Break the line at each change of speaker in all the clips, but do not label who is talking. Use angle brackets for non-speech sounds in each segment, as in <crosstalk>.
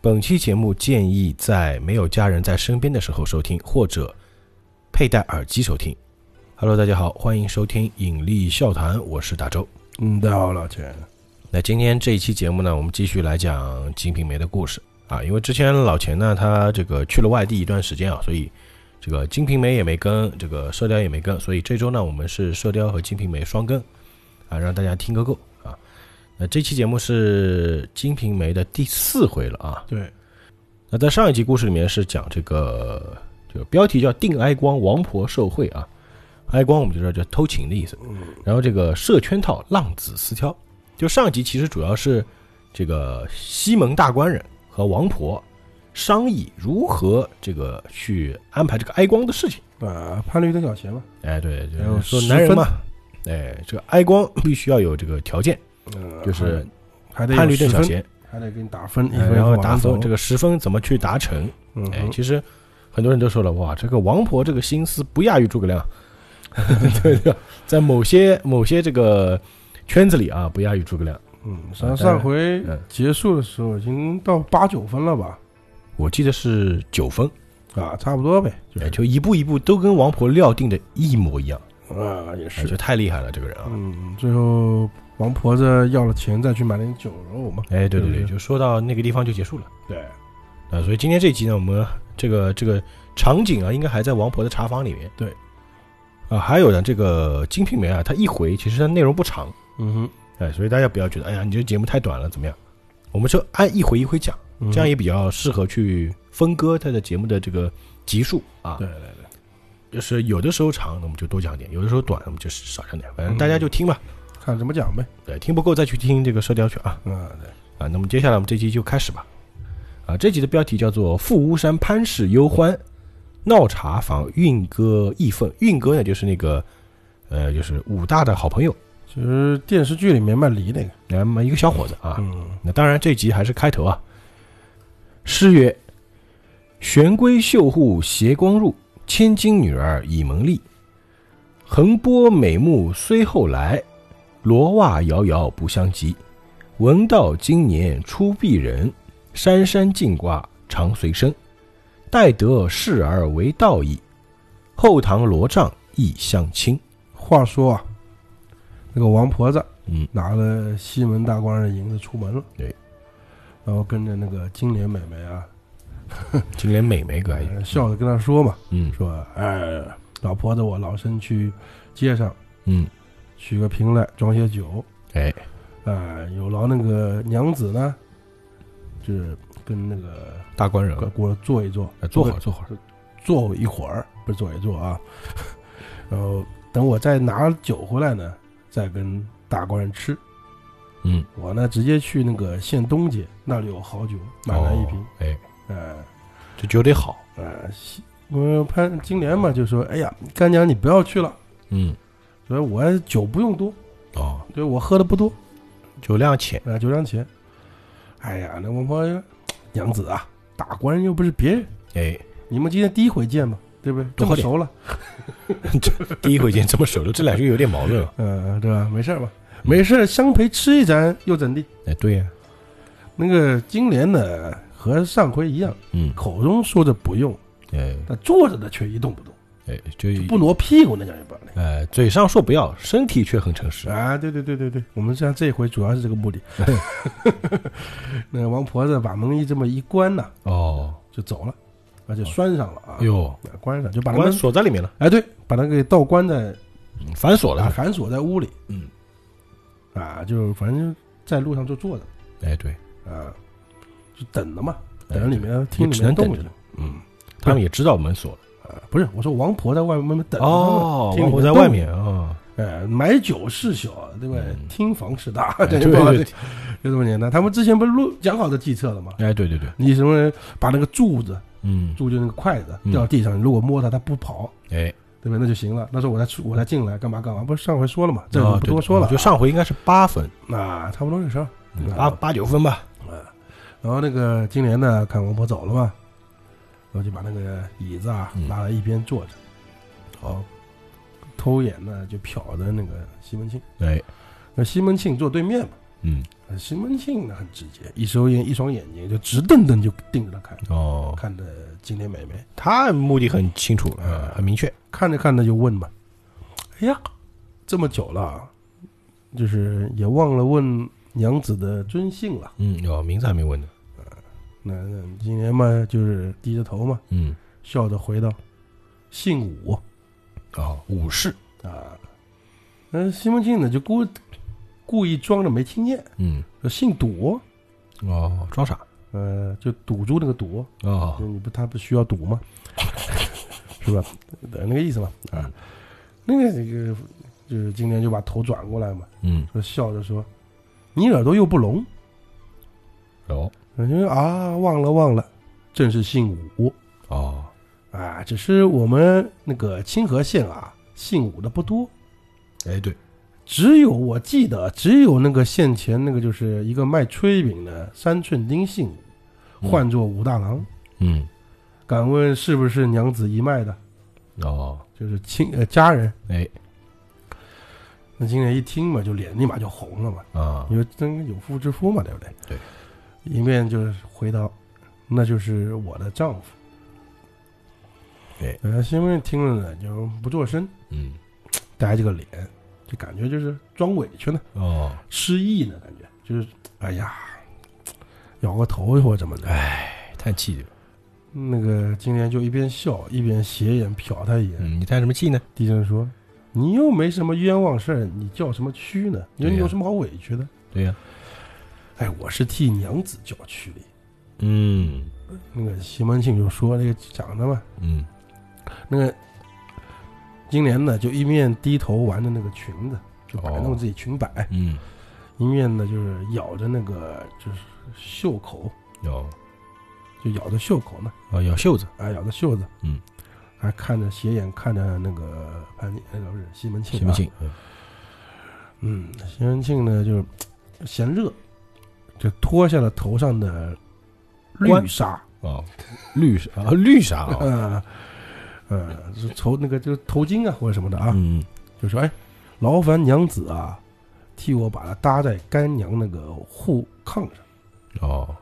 本期节目建议在没有家人在身边的时候收听，或者佩戴耳机收听。Hello，大家好，欢迎收听《引力笑谈》，我是大周。
嗯，大家好，老钱。
那今天这一期节目呢，我们继续来讲《金瓶梅》的故事啊，因为之前老钱呢，他这个去了外地一段时间啊，所以这个《金瓶梅》也没更，这个《射雕》也没更，所以这周呢，我们是《射雕》和《金瓶梅》双更啊，让大家听个够啊。那这期节目是《金瓶梅》的第四回了啊。
对，
那在上一集故事里面是讲这个，这个标题叫“定哀光王婆受贿”啊，哀光我们就知道叫偷情的意思。然后这个设圈套浪子私挑，就上一集其实主要是这个西门大官人和王婆商议如何这个去安排这个哀光的事情。
啊，潘驴的小鞋嘛，
哎，对，就
还有
是说
十
男人
分
嘛，哎，这个哀光必须要有这个条件，
嗯
就是
还得有
潘驴
十
邓小
分，
闲，
还得给你打分，一
哎
分
然后
一分
达
往
分
走
这，个十分怎么去达成？
嗯
哎，
哼，
其实很多人都说了，哇，这个王婆这个心思不亚于诸葛亮， <laughs> 对对，在某些某些这个圈子里啊，不亚于诸葛亮。
嗯，
啊
上上回
嗯
结束的时候已经到八九分了吧？
我记得是九分，
啊，差不多呗，就
哎，
是
就一步一步都跟王婆料定的一模一样，
啊，也
哎，
是
就，太厉害了这个人啊！
嗯，最后王婆子要了钱再去买点酒肉嘛，
哎，对对
对
对，
对
就说到那个地方就结束了。
对，
啊，所以今天这集呢，我们这个这个场景啊，应该还在王婆的茶房里面。
对，
啊，还有呢，这个《金瓶梅》啊，它一回其实它内容不长，
嗯哼，
哎，所以大家不要觉得，哎呀，你这节目太短了，怎么样？我们就按一回一回讲，
嗯
这样也比较适合去分割它的节目的这个集数啊。
对对对，
就是有的时候长，那我们就多讲点；有的时候短，那我们就少讲点。反正大家就听吧，
看怎么讲呗，
对，哎听不够再去听这个《射雕》去啊
啊，对，
啊。那么接下来我们这期就开始吧。啊，这集的标题叫做《富巫山潘氏忧欢闹茶房运哥义愤》，运哥呢就是那个呃，就是武大的好朋友，
其实电视剧里面卖梨那个，
那么一个小伙子啊，
嗯，
那当然，这集还是开头啊。诗曰：“玄龟绣户斜光入，千金女儿倚门立。横波美目虽后来，罗袜遥遥不相及。闻道今年出鄙人，山山净挂常随身。待得视而为道矣，后堂罗帐亦相亲。
话说啊，那个王婆子，
嗯，
拿了西门大官人银子出门了，
对，
然后跟着那个金莲美眉啊，
金莲美眉可还
呃笑着跟她说嘛，
嗯
说，哎，老婆子，我老身去街上
嗯，
取个瓶来装些酒，
哎，
啊，有劳那个娘子呢，就是跟那个
大官人啊，
给给我坐一坐，
哎坐会儿，坐会儿。
坐一会儿，不是坐一坐啊， <laughs> 然后等我再拿酒回来呢，再跟大官人吃。
嗯，
我呢直接去那个县东街，那里有好酒，买来一瓶
哦。哎，
呃
这酒得好。
呃，西我潘金莲嘛就说：“哎呀，干娘你不要去了，
嗯，
所以我酒不用多，
哦，
对我喝的不多，
酒量浅。
啊、酒量钱。”哎呀，那王婆说娘子啊，大官人又不是别人，
哎，
你们今天第一回见嘛，对不对？
多
这
喝
么
点
熟了，
第一回见这么熟的，这两句有点矛盾了。
呃，对吧？没事儿吧？没事儿，相陪吃一盏又怎地？
<laughs> 哎，对呀、
那个金莲呢，和上回一样，
嗯，
口中说着不用，
哎
但坐着的却一动不动，
哎，就
就不挪屁股那叫一把那
呃，嘴上说不要，身体却很诚实。
啊，对对对对对，我们像这回主要是这
<laughs>
个目的。那王婆子把门一这么一关呐，
哦，
就走了，而且拴上了啊，
哎呦，
啊关上就把那
关
门，
锁在里面了，
哎对，把那个给倒关在
嗯反锁
啊
了。
反锁在屋里，
嗯，
啊，就反正就在路上就坐着
哎，对，
啊，就等着嘛，
哎
等着里面
也
听里
只能
面动
等
静
着。嗯，他们也知道门锁了。
啊，不是，我说王婆在外面慢慢等着呢
哦，
听
王婆
里面
在
动
外
静
面啊。
哎，买酒是小，对吧？
嗯
听房是大，
哎
<laughs> 对
对
吧？
对
就这么简单。他们之前不是录讲好的计策了吗？
哎，对对对，
你什么把那个柱子，
嗯，
柱就那个筷子
嗯
掉到地上，你如果摸它，它不跑，
哎，
对吧？那就行了。那时候我才出，我才进来，干嘛干嘛？不是上回说了嘛？这
哦
个不
对
多
对
说了啊，
就上回应该是八分，
啊，差不多这事儿。
嗯八
啊
八九分吧。
然后那个金莲呢，看王婆走了嘛，然后就把那个椅子啊
嗯
拉来一边坐着，好，偷眼呢就瞟着那个西门庆。
哎，
那西门庆坐对面嘛，
嗯，
呃西门庆呢很直接，一收眼一双眼睛就直瞪瞪就盯着他看，
哦，
看着金莲妹妹，
他目的很清楚，
嗯
很明确。
看着看着就问嘛，哎呀，这么久了，就是也忘了问娘子的尊姓了。
嗯，哦，名字还没问呢。
那那金莲嘛，就是低着头嘛，
嗯，
笑着回道：“姓武
哦，武士。
啊。”那西门庆呢，就故故意装着没听见，
嗯，
说姓赌，
哦，装傻。
呃，就赌注那个赌，
哦
就，你不他不需要赌吗？ <laughs> 是吧？呃那个意思嘛啊。那个这个就是金莲就把头转过来嘛，
嗯，
说笑着说：“你耳朵又不聋。
哦，”
我就说啊，忘了忘了，正是姓武
哦，
啊，只是我们那个清河县啊，姓武的不多。
哎，对，
只有我记得，只有那个县前那个就是一个卖炊饼的三寸丁姓武，
嗯
唤作武大郎。
嗯，
敢问是不是娘子一脉的？
哦，
就是亲呃家人。
哎，
那金莲一听嘛，就脸立马就红了嘛。
啊，
你说真有妇之夫嘛，对不对？
对。
一面就是回答，那就是我的丈夫。
哎
呃，西门庆听了呢，就不作声，
嗯，
呆着个脸，就感觉就是装委屈呢，
哦，
失忆呢，感觉就是哎呀，摇个头或者怎么的。
哎叹气。
那个金莲就一边笑一边斜眼瞟他一眼，
嗯，你叹什么气呢？
低声说：“你又没什么冤枉事儿，你叫什么屈呢？你说
对
你
呀
有什么好委屈的？
对呀。
哎，我是替娘子叫屈的。”
嗯
那个西门庆就说：“那个讲的嘛，
嗯，
那个金莲呢，就一面低头玩着那个裙子，就摆弄自己裙摆，
嗯，
一面呢就是咬着那个就是袖口，
哦，
就咬着袖口呢，
哦，咬袖子。
啊，咬着袖子，
嗯，
还看着斜眼看着那个潘金，呃，不是西门庆、啊，
行不，行？嗯
嗯，西门庆呢就是嘖嫌热，就脱下了头上的
冠
绿纱，
哦，绿啥？啊绿啥？哦
呃，呃，是头那个就是头巾啊或者什么的啊，
嗯，
就说：“哎，劳烦娘子啊，替我把它搭在干娘那个护炕上。
哦，”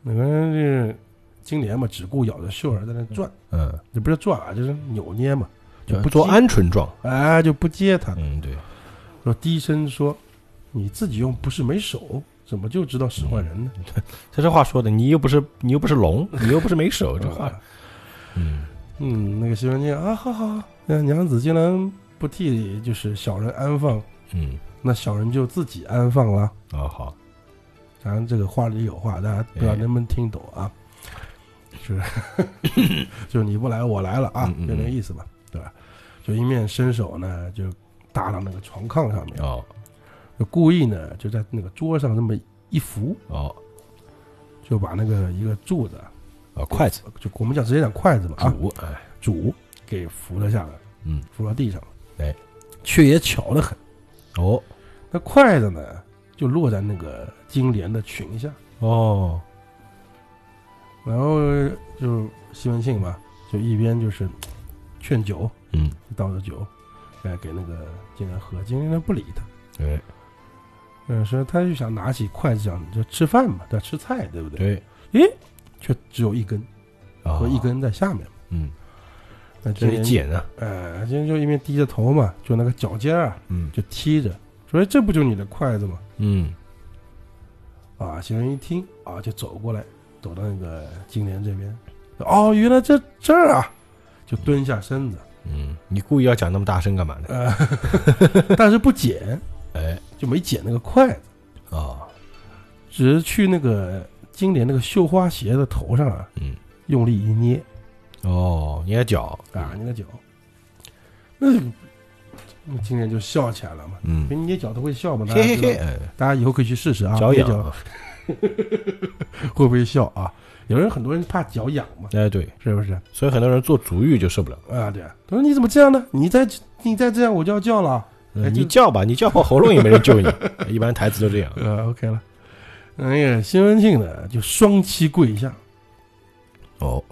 那个人就是金莲嘛，只顾咬着袖儿在那转，
嗯，
这不是转啊，就是扭捏嘛，就不
做
接
鹌鹑状。
哎，就不接他，
嗯，对，
说低声说：“你自己又不是没手，怎么就知道使唤人呢
嗯他这话说的，你又不是你又不是龙，你又不是没？”手，这话，
啊
<laughs> 嗯，
嗯，那个西门庆啊，好好，好那娘子竟然不替就是小人安放，
嗯，
那小人就自己安放了。
哦，好，
当然这个话里有话，大家不知道能不能听懂啊？就是 <laughs> 就是你不来我来了啊，
嗯嗯嗯
就那个意思吧，对吧？就一面伸手呢，就搭到那个床炕上面，
哦，
就故意呢就在那个桌上这么一扶，
哦，
就把那个一个柱子啊，
哦，筷子，
就我们讲直接讲筷子吧啊，
煮，哎，
主给扶了下来，
嗯，
扶到地上了，
哎，
却也巧得很，
哦，
那筷子呢就落在那个金莲的裙下，
哦，
然后就西门庆嘛，就一边就是劝酒，
嗯，
倒着酒，哎，给那个金莲喝，金莲不理他，
对，
嗯，说他就想拿起筷子想就吃饭嘛，在吃菜，对不对？
对，
却只有一根，
啊
和一，根在下面。
嗯，
那
这
金
是
莲，
剪啊，
哎，金莲就一面低着头嘛，就那个脚尖儿啊，
嗯
就踢着，说哎这不就你的筷子吗？
嗯，
啊，行人一听啊，就走过来，走到那个金莲这边，哦，原来这这儿啊，就蹲下身子，
嗯，你故意要讲那么大声干嘛呢？
呃， <laughs> 但是不捡，
哎，
就没捡那个筷子，
哦，
只是去那个金莲那个绣花鞋的头上啊，
嗯，
用力一捏
哦，你还脚
啊，，捏个脚，那那金莲就笑起来了嘛。
嗯
给，你捏脚都会笑嘛？大
嘿
家
嘿嘿，
知道，
哎
大家以后可以去试试啊，
脚
捏
痒，
会不会笑啊？有人很多人怕脚痒嘛，
哎，对，
是不是？
所以很多人做足浴就受不了。
啊，对啊。他说你怎么这样呢？你再你再这样我就要叫了。哎
呃你
就
叫吧，你叫破喉咙也没人救你。 <laughs> 一般台词都这样。
呃，OK 了。哎呀，西门庆呢就双膝跪下，
哦，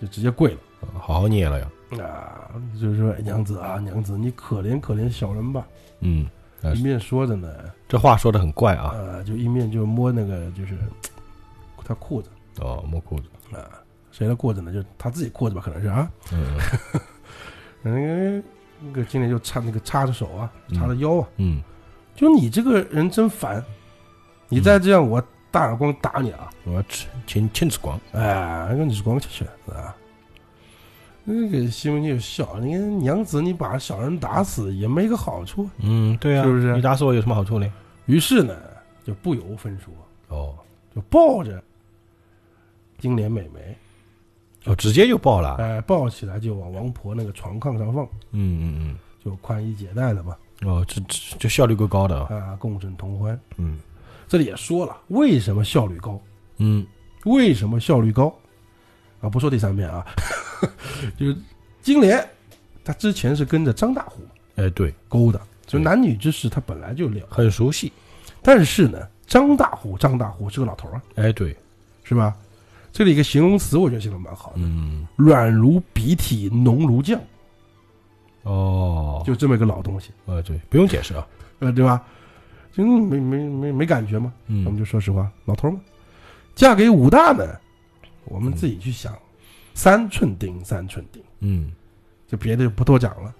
就直接跪了。
好好念了呀。
啊，就是说，哎娘子啊，娘子，你可怜可怜小人吧。
嗯，呃
一面说着呢，
这话说的很怪啊。
呃，就一面就摸那个就是他裤子
哦，摸裤子，
啊，谁的裤子呢？就是他自己裤子吧，可能是啊。
嗯
那个那个经理就插那个插着手啊，插着腰啊，
嗯
就你这个人真烦，你
嗯
再这样我大耳光打你啊！
嗯，我要吃亲亲子光，
哎，那个你是光去选啊。那个西门庆就笑，你看娘子，你把小人打死也没个好处。
嗯，对啊，
是不是
你打死我有什么好处呢？
于是呢，就不由分说，
哦，
就抱着金莲美眉，
哦，直接就爆了，
哎，抱起来就往王婆那个床炕上放，
嗯嗯
就宽衣解带了嘛，
嗯，哦，这这这效率够高的啊，
啊，共枕同欢。
嗯
这里也说了，为什么效率高？
嗯
为什么效率高？啊，不说第三遍啊， <laughs> 就是金莲，她之前是跟着张大户
哎，对，
勾搭，就
对
男女之事她本来就了。
很熟悉，
但是呢，张大户张大户是个老头儿啊，
哎，对，
是吧？这里一个形容词，我觉得形容蛮好的，
嗯，
软如鼻涕，浓如酱，
哦，
就这么一个老东西，
呃，对，不用解释啊，
呃，对吧？就没没没没感觉嘛，我们
嗯，
就说实话，老头儿嘛，嫁给武大呢，我们自己去想，三寸钉，三寸钉。
嗯
就别的就不多讲了，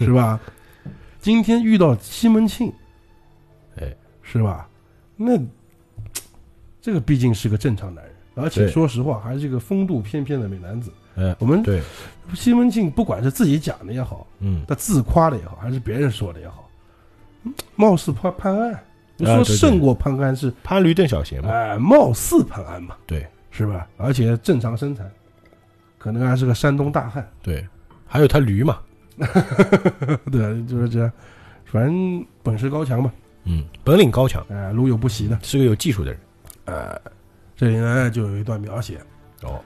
是吧？ <laughs> 今天遇到西门庆，
哎，
是吧？那嘖这个毕竟是个正常男人，而且
对
说实话，还是个风度翩翩的美男子。
哎，
我们
对，
西门庆不管是自己讲的也好，
嗯，
他自夸的也好，还是别人说的也好，嗯貌似潘潘安，不说
啊对对
胜过潘安是，
潘驴邓小闲嘛，
哎、貌似潘安嘛，
对
是吧？而且正常身材，可能还是个山东大汉。 <laughs>
对，还有他驴嘛，
对，就是这样，反正本事高强吧，
嗯，本领高强，
呃，如有不习的。
是个有技术的人，
呃，这里呢就有一段描写，
哦，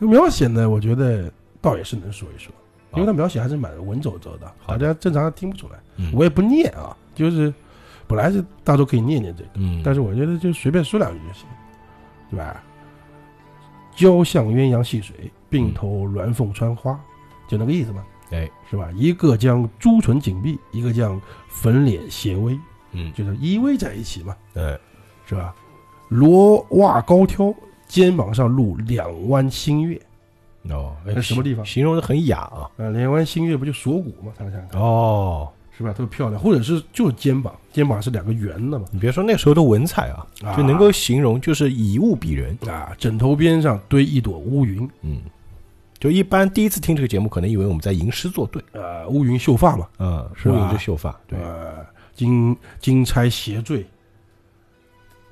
这个描写呢，我觉得倒也是能说一说，因为
好
它描写还是蛮文绉绉的，
好
大家正常听不出来。
嗯
我也不念啊，就是本来是大家都可以念念这个，
嗯，
但
是
是我觉得就随便说两句就行，对吧？交向鸳鸯戏水，鬓头鸾凤穿花，就那个意思嘛，
哎，
是吧？一个将朱唇紧闭，一个将粉脸斜微。
嗯，
就是依偎在一起嘛，
哎，
是吧？罗袜高挑，肩膀上露两弯新月。
哦，哎
那什么地方
形容的很雅啊，
啊、两弯新月不就锁骨嘛？想想看，
哦，
是吧？特别漂亮，或者是就是肩膀，肩膀是两个圆的嘛，
你别说那时候的文采啊，
啊
就能够形容就是以物比人，
啊，枕头边上堆一朵乌云，
嗯，就一般第一次听这个节目，可能以为我们在吟诗作对，
呃，乌云秀发嘛，
嗯，
是吧
乌云之秀发，对，
呃，金金钗斜坠，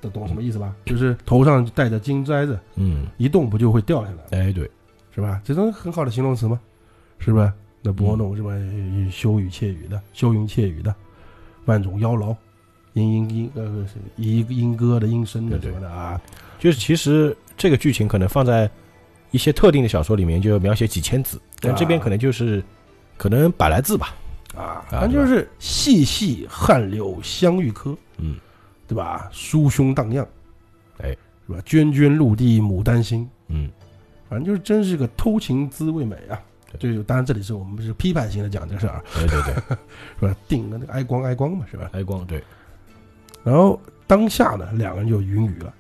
这懂什么意思吧？嗯就是头上戴着金钗子，
嗯，
一动不就会掉下来，
哎，对，
是吧？这都是很好的形容词嘛，是吧？那拨弄是吧？羞雨窃雨的，羞云窃雨的，万种妖娆，莺莺莺呃，是一莺歌的、莺声的
对
什
对
么的啊，
就是其实这个剧情可能放在一些特定的小说里面就描写几千字，但这边可能就是可能百来字吧，
啊，
对吧
反正就是细细汗柳香玉柯，
嗯，
对吧？酥胸荡漾，
哎，
是吧？涓涓露滴牡丹心，
嗯，
反正就是真是个偷情滋味美啊。
对
这就当然，这里是我们是批判性的讲这个事儿啊，
哎对对 <laughs> 对，
是吧？定的那个哀光哀光嘛，是吧？
开光，对，
然后当下呢，两个人就云雨了，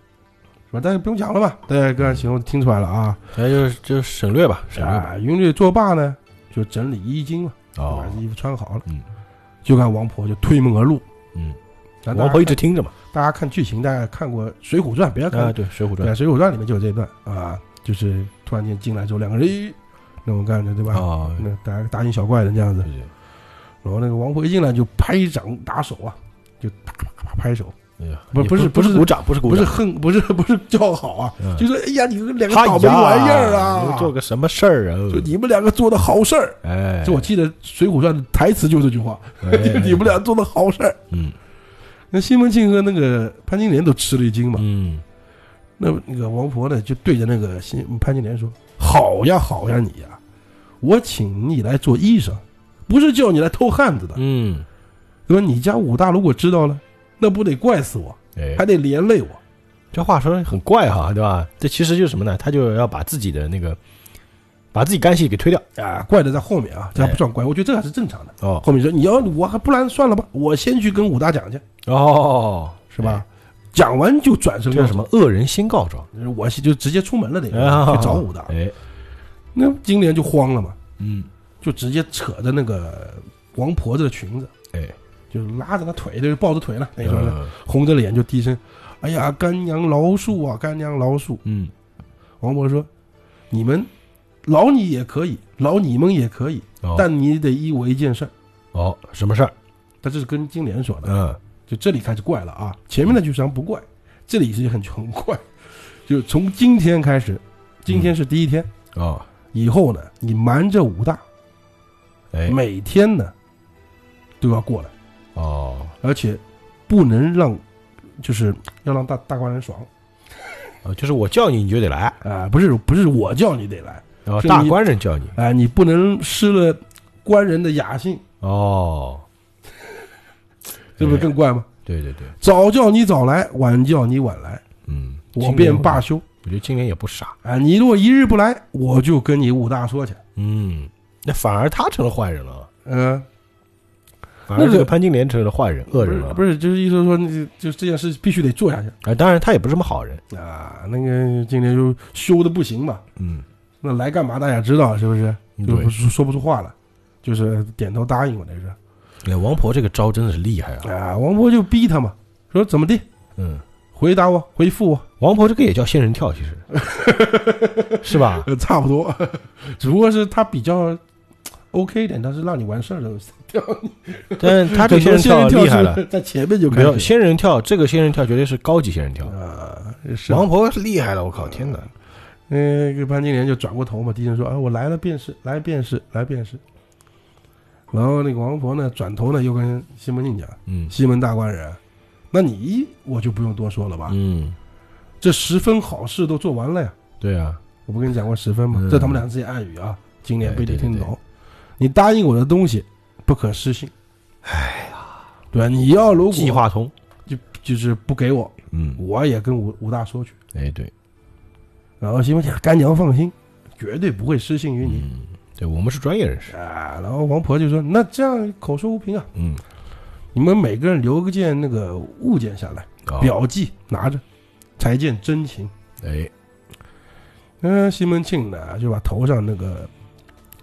是吧？但是不用讲了吧，大家刚才形容听出来了啊。
那就是就省略吧，省略吧，
啊，云雨作罢呢，就整理衣襟了，就
哦
把，衣服穿好了，
嗯
就看王婆就推门而入。
嗯，
然后大家
王婆一
看
直听着嘛，
大家看剧情，大家看过《水浒传》，不要看，
啊，对，《水浒
对，
传
《水浒传》里面就有这一段啊，就是突然间进来之后，两个人咦那种感觉，对》吧？
啊，哎
那大家大惊小怪的这样子
对，对，
然后那个王婆一进来就拍掌打手啊，就啪啪啪拍手，
哎呀
不
也
不是
不
不是
鼓掌，不是鼓
不
掌
是，恨，不是 <laughs> 不是叫好啊，
嗯
就说：“哎呀，你们两个
哎
倒霉
呀
玩意儿
你
啊
们！做个什么事儿啊？
就你们两个做的好事儿。
哎，”
<laughs> 就我记得《水浒传》的台词就这句话
哎：“
<laughs> 你们俩做的好事儿。
嗯”
那西门庆和那个潘金莲都吃了一惊嘛。
嗯，
那那个王婆呢，就对着那个西潘金莲说：“好呀，好呀，你呀，我请你来做医生，不是叫你来偷汉子的。
嗯，
对吧？你家武大如果知道了，那不得怪死我，
哎
还，得连累我。
这话说得很怪哈，对吧？这其实就是什么呢？他就要把自己的那个把自己干系给推掉。
啊，怪的在后面啊，这还不算怪，我觉得这还是正常的。 <laughs>
哦
后面说你要我还不然算了吧，我先去跟武大讲去，
哦，
是吧？讲完就转
这
身
叫
干
什么？恶人先告状。
我就直接出门了，得
啊
去找武大。
哎，
那金莲就慌了嘛，
嗯，
就直接扯着那个王婆子的裙子，
哎，
就拉着她腿，就是抱着腿了，那时候呢，
嗯
红着脸就低声：“哎呀，干娘饶恕啊，干娘饶恕。
嗯，”
王婆说：“你们饶你也可以，饶你们也可以，
哦
但你得依我一件事儿。
哦，什么事儿？”
他这是跟金莲说的，
嗯，
就这里开始怪了啊！前面的剧伤不怪，这里是很很怪，就从今天开始，今天是第一天，
哦，
以后呢，你瞒着武大，
哎，
每天呢都要过来，
哦，
而且不能让，就是要让大大官人爽
啊，就是我叫你，你就得来，
啊、不是不是我叫你得来
然后
是
大
你
官人叫你。
啊、你不能失了官人的雅兴，
哦，
这不是
哎
更怪吗？
对对对，
早叫你早来，晚叫你晚来，
嗯，
我
今
便
年
罢休
我觉得今年也不傻，
啊、你若一日不来，我就跟你武大说去，
嗯，那反而他成了坏人了，
嗯、
反而
那
这
个
个潘金莲成了坏人、恶人了。
不是，不是就是意思说，那就这件事必须得做下去
哎，当然他也不是什么好人，
啊。那个今天就羞的不行嘛，
嗯，
那来干嘛？大家知道是不是？就
对
不，说说不出话了，就是点头答应嘛，那是
哎，王婆这个招真的是厉害啊，
啊。王婆就逼他嘛，说怎么地，
嗯，
回答我，回复我， <laughs>
王婆这个也叫仙人跳，其实 <laughs> 是吧？
呃，差不多， <laughs> 只不过是他比较 OK 一点，他是让你完事儿的。
但他这
很
个仙
多
人跳厉害
是
了，
在前面就
没
开
有
始
仙人跳，这个仙人跳绝对是高级仙人跳。
啊，是啊
王婆是厉害了，我靠，天哪！
那个潘金莲就转过头嘛，低声说：“啊，我来了便是，来便是，来便是。”然后那个王婆呢，转头呢又跟西门庆讲
嗯：“
西门大官人，那你我就不用多说了吧？
嗯，
这十分好事都做完了呀！
对啊，
我不跟你讲过十分吗？
嗯
这他们俩自己暗语啊，金莲不一
哎
定
对对
听得懂。你答应我的东西不可失信。哎呀，对啊，你要如
计
果
划通，
就是不给我，
嗯，
我也跟武武大说去。
哎对，
然后西门庆干娘放心，绝对不会失信于你。
嗯，对我们是专业人士，
啊，然后王婆就说：“那这样口说无凭啊，
嗯，
你们每个人留个件那个物件下来，
哦，
表记拿着，才见真情。
哎，”
嗯，西门庆呢就把头上那个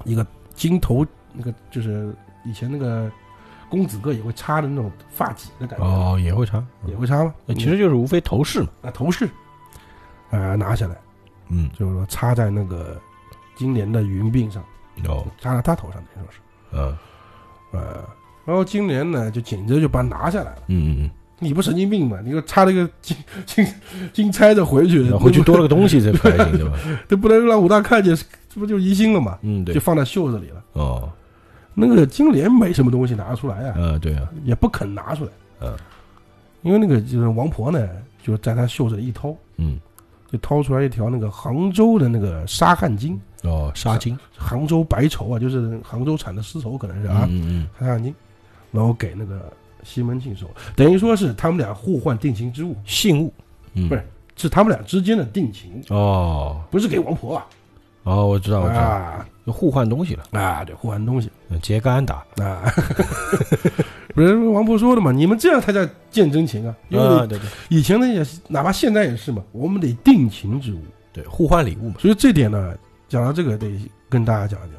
一个金头，那个就是以前那个公子哥也会插的那种发髻的感觉，
哦，也会唱，
也会插吗？
那其实就是无非头饰嘛，
啊，头饰啊拿下来，
嗯，
就是说插在那个金莲的云鬓上，
哦，
插在他头上，等于说是，
嗯
呃，然后金莲呢就紧着就把它拿下来了。
嗯
你不神经病吗？你给我插了一个金金金钗子回去
嗯，，回去多了个东西，这不开心 <laughs> 对吧？
这不能让武大看见，这不就疑心了吗？
嗯，
就
对，
放在袖子里了。
哦，
那个金莲没什么东西拿得出来啊，
呃，对啊，
也不肯拿出来。
嗯，
因为那个就是王婆呢，就在她袖子里一掏，
嗯，
就掏出来一条那个杭州的那个纱汗巾，
哦，纱巾
杭州白绸啊，就是杭州产的丝绸，可能是啊，
嗯嗯
纱汗巾，然后给那个西门庆收，等于说是他们俩互换定情之物，
嗯，信物，嗯，
不是是他们俩之间的定情，
哦，
不是给王婆啊。
哦，我知道，我知道，
啊
就互换东西了，
啊，对，互换东西
嗯杰克安达，
啊。 <laughs> 不是王婆说的嘛，你们这样才叫见真情啊！因
啊，
为
对对
以前呢也是，哪怕现在也是嘛，我们得定情之物。
对，互换礼物嘛，
所以这点呢，讲到这个得跟大家讲讲，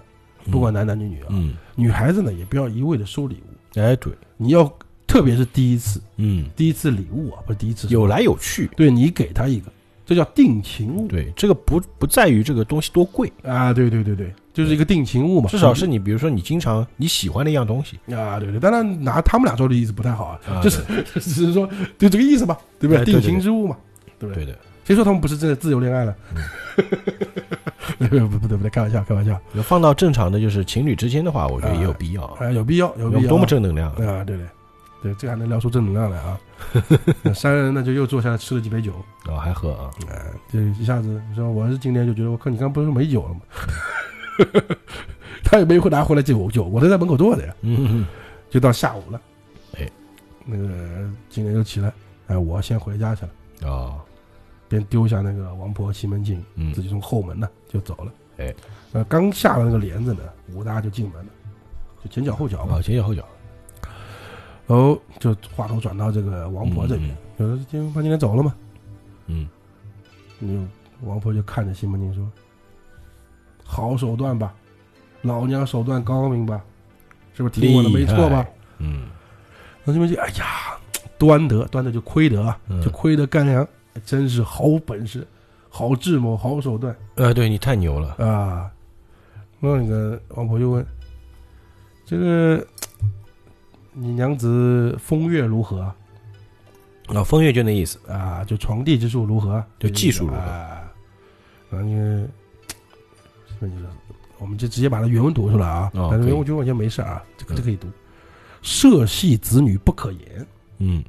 嗯
不管，男男女女啊，
嗯，
女孩子呢也不要一味的收礼物，
哎，对，
你要特别是第一次，
嗯，
第一次礼物啊，不是第一次，
有来有去。
对你给她一个，这叫定情物
对，这个不不在于这个东西多贵，
啊！对对对对，就是一个定情物嘛，
至少是你，比如说你经常你喜欢的一样东西，
啊，对对，当然拿他们俩说的意思不太好啊
啊，
就是 <laughs> 只是说就这个意思吧，对不
哎对
对？定情之物嘛，对不对？
对的，
谁说他们不是真的自由恋爱了？
嗯
<laughs> 不不不对不对，开玩笑开玩笑，
就放到正常的就是情侣之间的话，我觉得也有必要啊，
啊，有必要有必要啊，
多么正能量啊！
啊，对对对，这还能聊出正能量来啊！那三人呢就又坐下来吃了几杯酒，
然后还喝啊，
啊，就一下子你说我是今天就觉得我靠，你刚不是说没酒了吗？ <laughs> 他也没回拿回来酒酒，我是在门口坐的呀。
嗯，
就到下午了，
哎，啊
那个今天就起来，哎，我先回家去了，
哦，
便丢下那个王婆西门庆，
嗯
自己从后门呢就走了。
哎，
呃，刚下了那个帘子呢，武大就进门了，就前脚后脚吧
啊，，前脚后脚，
然后就话头转到这个王婆这边
嗯，
就说：“今他今天走了嘛
嗯，？”
嗯，王婆就看着西门庆说：“好手段吧，老娘手段高明吧，是不是听我的没错吧？”
嗯
那西门庆，哎呀，端得端得就亏得啊，
嗯
就亏得干粮，哎真是好本事，好智谋，好手段
呃，对你太牛了，
啊！那那个王婆就问：“这个你娘子风月如何啊？”
啊，风月就那意思，
啊，就床地之术如何？
就技术如何
啊？然后呢，那就是我们就直接把它原文读出来啊。
哦
但
可
是
以
原文就完全没事啊，这个
嗯
这可以读。涉系子女不可言。
嗯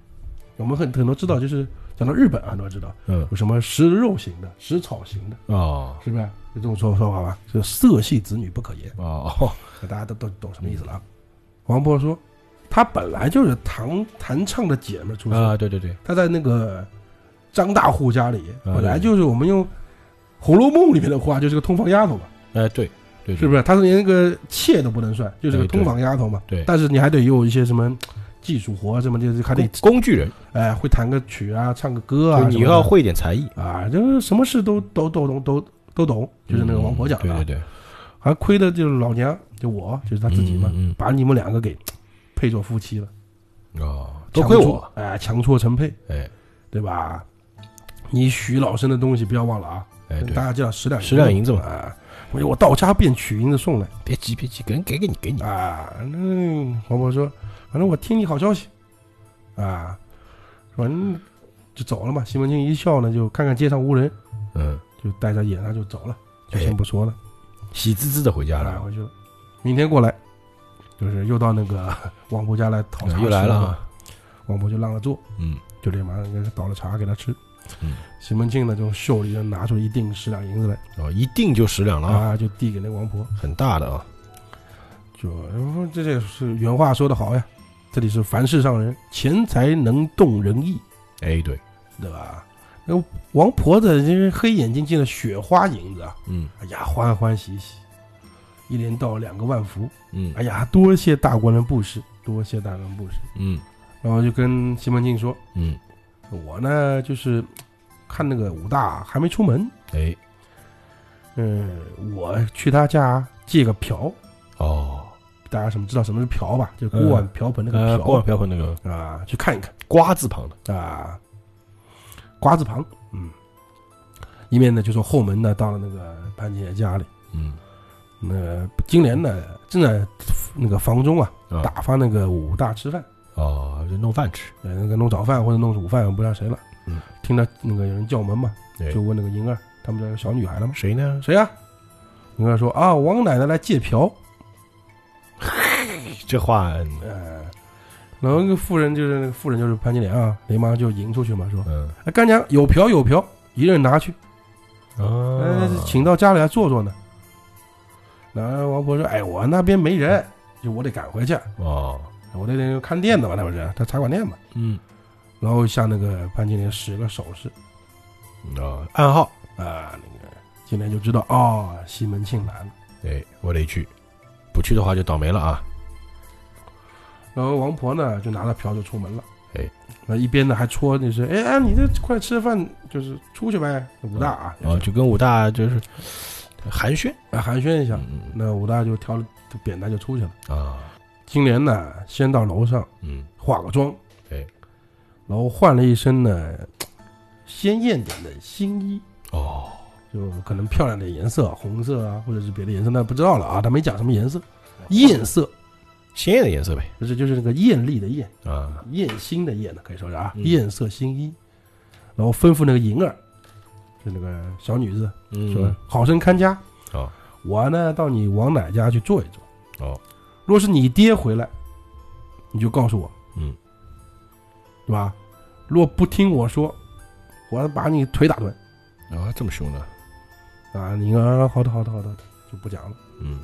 我们很很多知道，就是讲到日本啊，很多知道
嗯，
有什么食肉型的、食草型的，
哦
是不是？啊就这种说说法吧，就色系子女不可言。
哦，
大家都都懂什么意思了啊？王波说，她本来就是弹弹唱的姐 <laughs> 们出身
啊，对对对，
他在那个张大户家里，
啊
本来就是我们用《红楼梦》里面的话，就是个通房丫头嘛，
哎，对对，
是不
是？
是？她是连那个妾都不能算，就是个
哎对
通房丫头嘛。
对
但是你还得有一些什么技术活什么的，还得
工工具人，
哎会弹个曲啊，唱个
就
歌啊，
你
什么的
要会一点才艺，
啊，就是什么事都都都懂都都懂，就是那个王婆讲的啊，
嗯对对对，
还亏的就是老娘，就我，就是她自己嘛，
嗯嗯嗯
把你们两个给配做夫妻了，
哦，多亏
强
我
戳，哎，强戳成配，
哎
对吧？你许老生的东西不要忘了啊，
哎，对
大，家知嗯道十两
十两银子嘛，
啊！我我到家便取银子送来
别急别急，给人给给你给你，
啊！那黄渤说，反正我听你好消息啊，反正就走了嘛。西门庆一笑呢，就看看街上无人，
嗯，
就带着眼他就走了，就先不说了，
喜滋滋的回家
啊，
哎了，
回去了。明天过来，就是又到那个 <laughs> 王婆家来讨茶
嗯又来了
吃
啊，
王婆就让他坐，
嗯
就连忙给他倒了茶给他吃。
嗯
西门庆呢，就袖里就拿出一锭十两银子来
哦，一定就十两了啊，
啊，就递给那王婆。
很大的啊，
就这这是原话说得好呀，这里是凡事上人，钱财能动人意，
哎对，
对吧？那王婆子这是黑眼睛进了雪花银子啊，
嗯
哎呀，欢欢喜喜，一连到两个万福，
嗯
哎呀，多谢大官人布施，多谢大官人布施。
嗯
然后就跟西门庆说，
嗯，
我呢就是看那个武大还没出门，
哎
嗯，我去他家借个瓢，
哦，
大家什么知道什么是瓢吧？就锅碗瓢盆那个
呃，
瓢
锅碗瓢盆那个
啊，去看一看。
瓜字旁的，
啊，瓜字旁，嗯，一面呢就从后门呢到了那个潘姐姐家里，
嗯
那金莲呢正在那个房中啊
啊
打发那个武大吃饭，
哦，就弄饭吃，
呃，那个弄早饭或者弄午饭，我不知道谁了，
嗯，
听到那个有人叫门嘛，
哎
就问那个银儿，他们家有小女孩了吗？
谁呢？
谁呀、啊银儿说啊，王奶奶来借瓢，
<laughs> 这话，
呃，然后那个妇人就是那个妇人就是潘金莲啊，连忙就迎出去嘛，说，
嗯
哎，干娘有瓢有瓢，一人拿去。
啊
呃，，请到家里来坐坐呢。然后王婆说：“哎，我那边没人，就我得赶回去，
哦，
我那边看店的嘛，那不是他茶馆店嘛。
嗯”
然后向那个潘金莲使个手势
啊，暗号，
啊，那个金莲就知道哦，西门庆来了。
哎，我得去，不去的话就倒霉了啊，
然后王婆呢就拿着瓢就出门了。
哎，
那一边呢还戳就是，哎哎，你这快吃饭就是出去呗，武大啊，
哦，就跟武大就是寒暄，
啊寒暄一下。
嗯嗯
那武大就挑了扁担就出去了。
啊，
金莲呢先到楼上
嗯
化个妆，
哎，
然后换了一身呢鲜艳点的新衣，
哦，
就可能漂亮点颜色，红色啊，或者是别的颜色，那不知道了啊，他没讲什么颜色，
哦
艳色，
鲜艳的颜色呗，
不是就是那个艳丽的艳，
啊，
艳星的艳呢，可以说是啊，
嗯
艳色新衣，然后吩咐那个银儿，就那个小女子说，
嗯，
好生看家，
哦
我呢到你王奶家去坐一坐，
哦，
若是你爹回来，你就告诉我，
嗯，
对吧？若不听我说，我把你腿打断。
啊，这么凶呢，
啊，你啊，好的，好的，好的，就不讲了。
嗯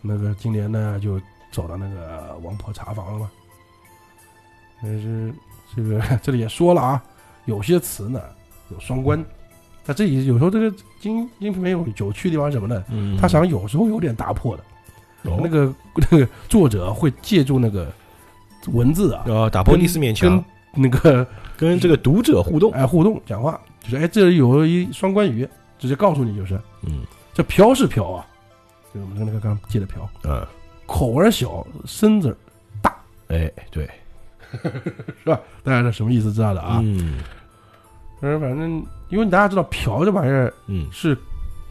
那个金莲呢，就走到那个王婆茶房了嘛。 <laughs> 但是这个这里也说了啊，有些词呢有双关。那这里有时候这个金金瓶梅有有趣的地方是什么呢？
嗯
它常常有时候有点打破的，
哦
那个那个作者会借助那个文字啊，
呃打破
跟
第四面墙
跟，那个
跟这个读者互动。
哎互动讲话，就是哎这里有一双关语，直接告诉你就是
嗯
这瓢是瓢啊，就是我们那个刚借的瓢，
啊，
口儿小，身子儿
哎对
是吧？大家这什么意思知道的啊？
嗯
嗯，反正因为大家知道瓢这玩意儿
嗯
是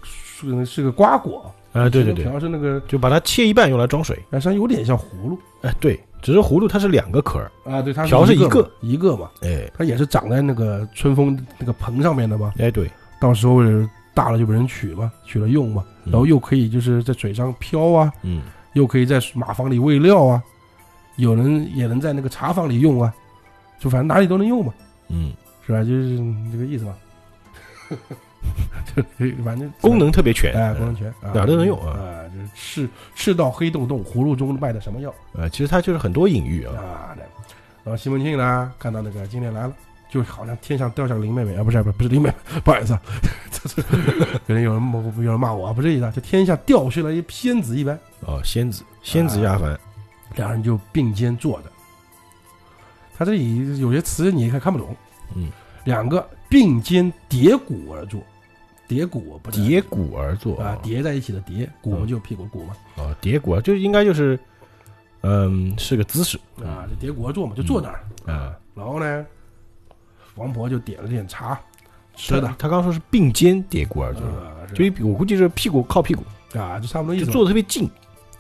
是是个瓜果，
啊对对
这个
对，
瓢是那个
就把它切一半用来装水。
哎，实际上有点像葫芦
哎对，只是葫芦它是两个壳儿。
啊，对，它
瓢是
一
一个
嘛一个嘛，
哎
它也是长在那个春风那个棚上面的嘛，
哎对，
到时候大了就被人取嘛，取了用嘛，
嗯
然后又可以就是在水上漂啊，
嗯
又可以在马房里喂料啊，有人也能在那个茶房里用啊，就反正哪里都能用嘛，
嗯，
是吧？就是这个意思嘛。 <laughs> 就反正
功能特别全。
哎，功能全啊
哪儿都能用啊
啊，就是赤赤道黑洞洞，葫芦中卖的什么药
呃，其实它就是很多隐喻啊。
啊？对然后西门庆呢，看到那个金莲来了。就好像天上掉下个林妹妹啊，不是不是不是林妹妹，不好意思啊，这是可能有人骂有人骂我啊，不是这意思啊，就天下掉下来一仙子一般，
哦，仙
啊
子仙子下凡，
两人就并肩坐着。他这里有些词你一看看不懂，
嗯，
两个并肩叠股而坐，叠股不是
叠骨而坐
啊，叠在一起的叠，股
嗯
嘛就屁股的股嘛，
哦，叠骨啊，就应该就是，嗯，是个姿势
啊，就叠股而坐嘛，就坐那儿。
啊。
然后呢，王婆就点了点茶，
是
吃的，
他刚说是并肩叠骨而坐，
呃，
就是一我估计是屁股靠屁股，
啊，就差不多意
就
思嘛
坐的特别近。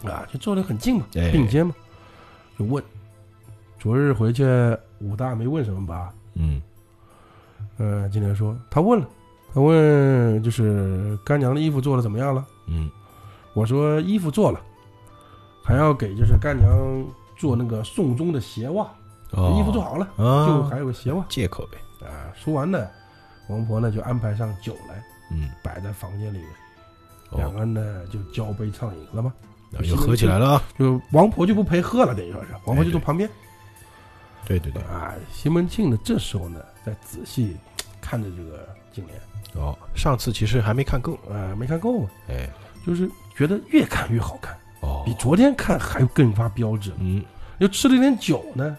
啊，就坐得很近嘛，
哎
并肩嘛，就问，昨日回去武大没问什么吧？
嗯
呃，金莲说他问了，他问就是干娘的衣服做的怎么样了？
嗯
我说衣服做了，还要给就是干娘做那个送终的鞋袜，
哦
衣服做好了，就
啊，
还有个鞋袜
借口呗。
啊。说完呢，王婆呢就安排上酒来，
嗯，
摆在房间里面，两
哦，
个人呢就交杯畅饮了嘛。
那又合起来了啊。
就王婆就不陪喝了，等于说是王婆就坐旁边
对对对，
啊。西门庆呢这时候呢在仔细看着这个金莲，
哦，上次其实还没看够。
啊，没看够嘛，
哎，
就是觉得越看越好看。
哦
比，昨天看还更发标致了。
嗯
又吃了一点酒呢，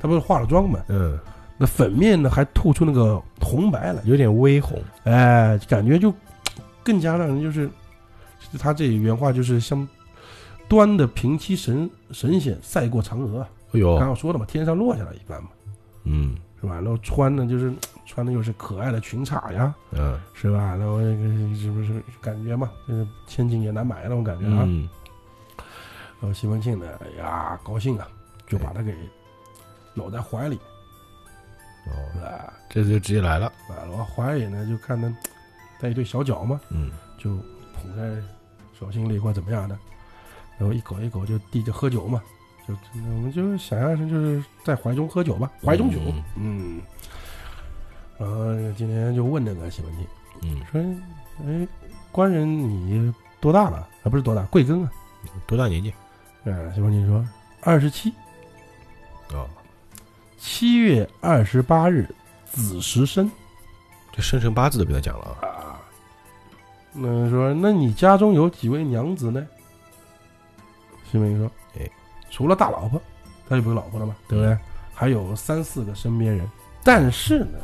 他不是化了妆嘛，
嗯，
那粉面呢还透出那个红白来，
有点微红。
哎，感觉就更加让人就是，他这原话就是像端的平七神神仙赛过嫦娥啊，
哎
刚
呦，
刚说了嘛，天上落下来一般嘛，
嗯
是吧？然后穿的就是穿的又是可爱的裙衩呀，
嗯
是吧？然后那个是不是感觉嘛，就是千金也难买那种感觉啊。
嗯，
然后西门庆呢，哎呀，高兴啊，就把他给搂在怀里，
哦，
啊
这次就直接来了。
啊，搂在怀里呢，就看他带一对小脚嘛，
嗯，
就捧在手心里或怎么样的，然后一口一口就递着喝酒嘛，就我们就想象成就是在怀中喝酒吧，怀中酒，嗯。然后今天就问那个西门庆
嗯，
说：“哎，官人你多大了？啊，不是多大，贵庚啊
嗯多大年纪？？”
啊，西门庆说：“二十七。”
哦，
七月二十八日子时申
这生辰八字都给他讲了啊。
啊。那说，那你家中有几位娘子呢？西门庆说，
哎，
除了大老婆，他就不是老婆了嘛，对不对？还有三四个身边人，但是呢，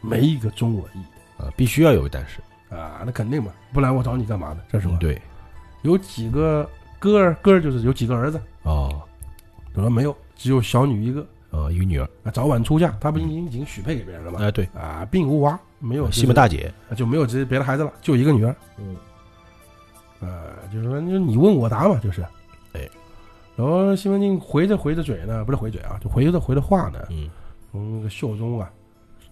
没一个中我意
啊，必须要有个但是，
的啊，那肯定嘛，不然我找你干嘛呢？这是吧？
嗯对，
有几个哥儿，哥儿就是有几个儿子，
哦，
我说没有，只有小女一个
哦，一个女儿，
啊，早晚出嫁，她不已经已经许配给别人了吗？
嗯哎，对，
啊，并无娃，没有
西门
大。
大姐，
就没有直接别的孩子了，就一个女儿。
嗯，
呃，就是说，就是你问我答嘛，就是。
哎。
然后西门庆回着回着嘴呢，不是回嘴啊，就回着回着话呢，
嗯，
从那个袖中啊，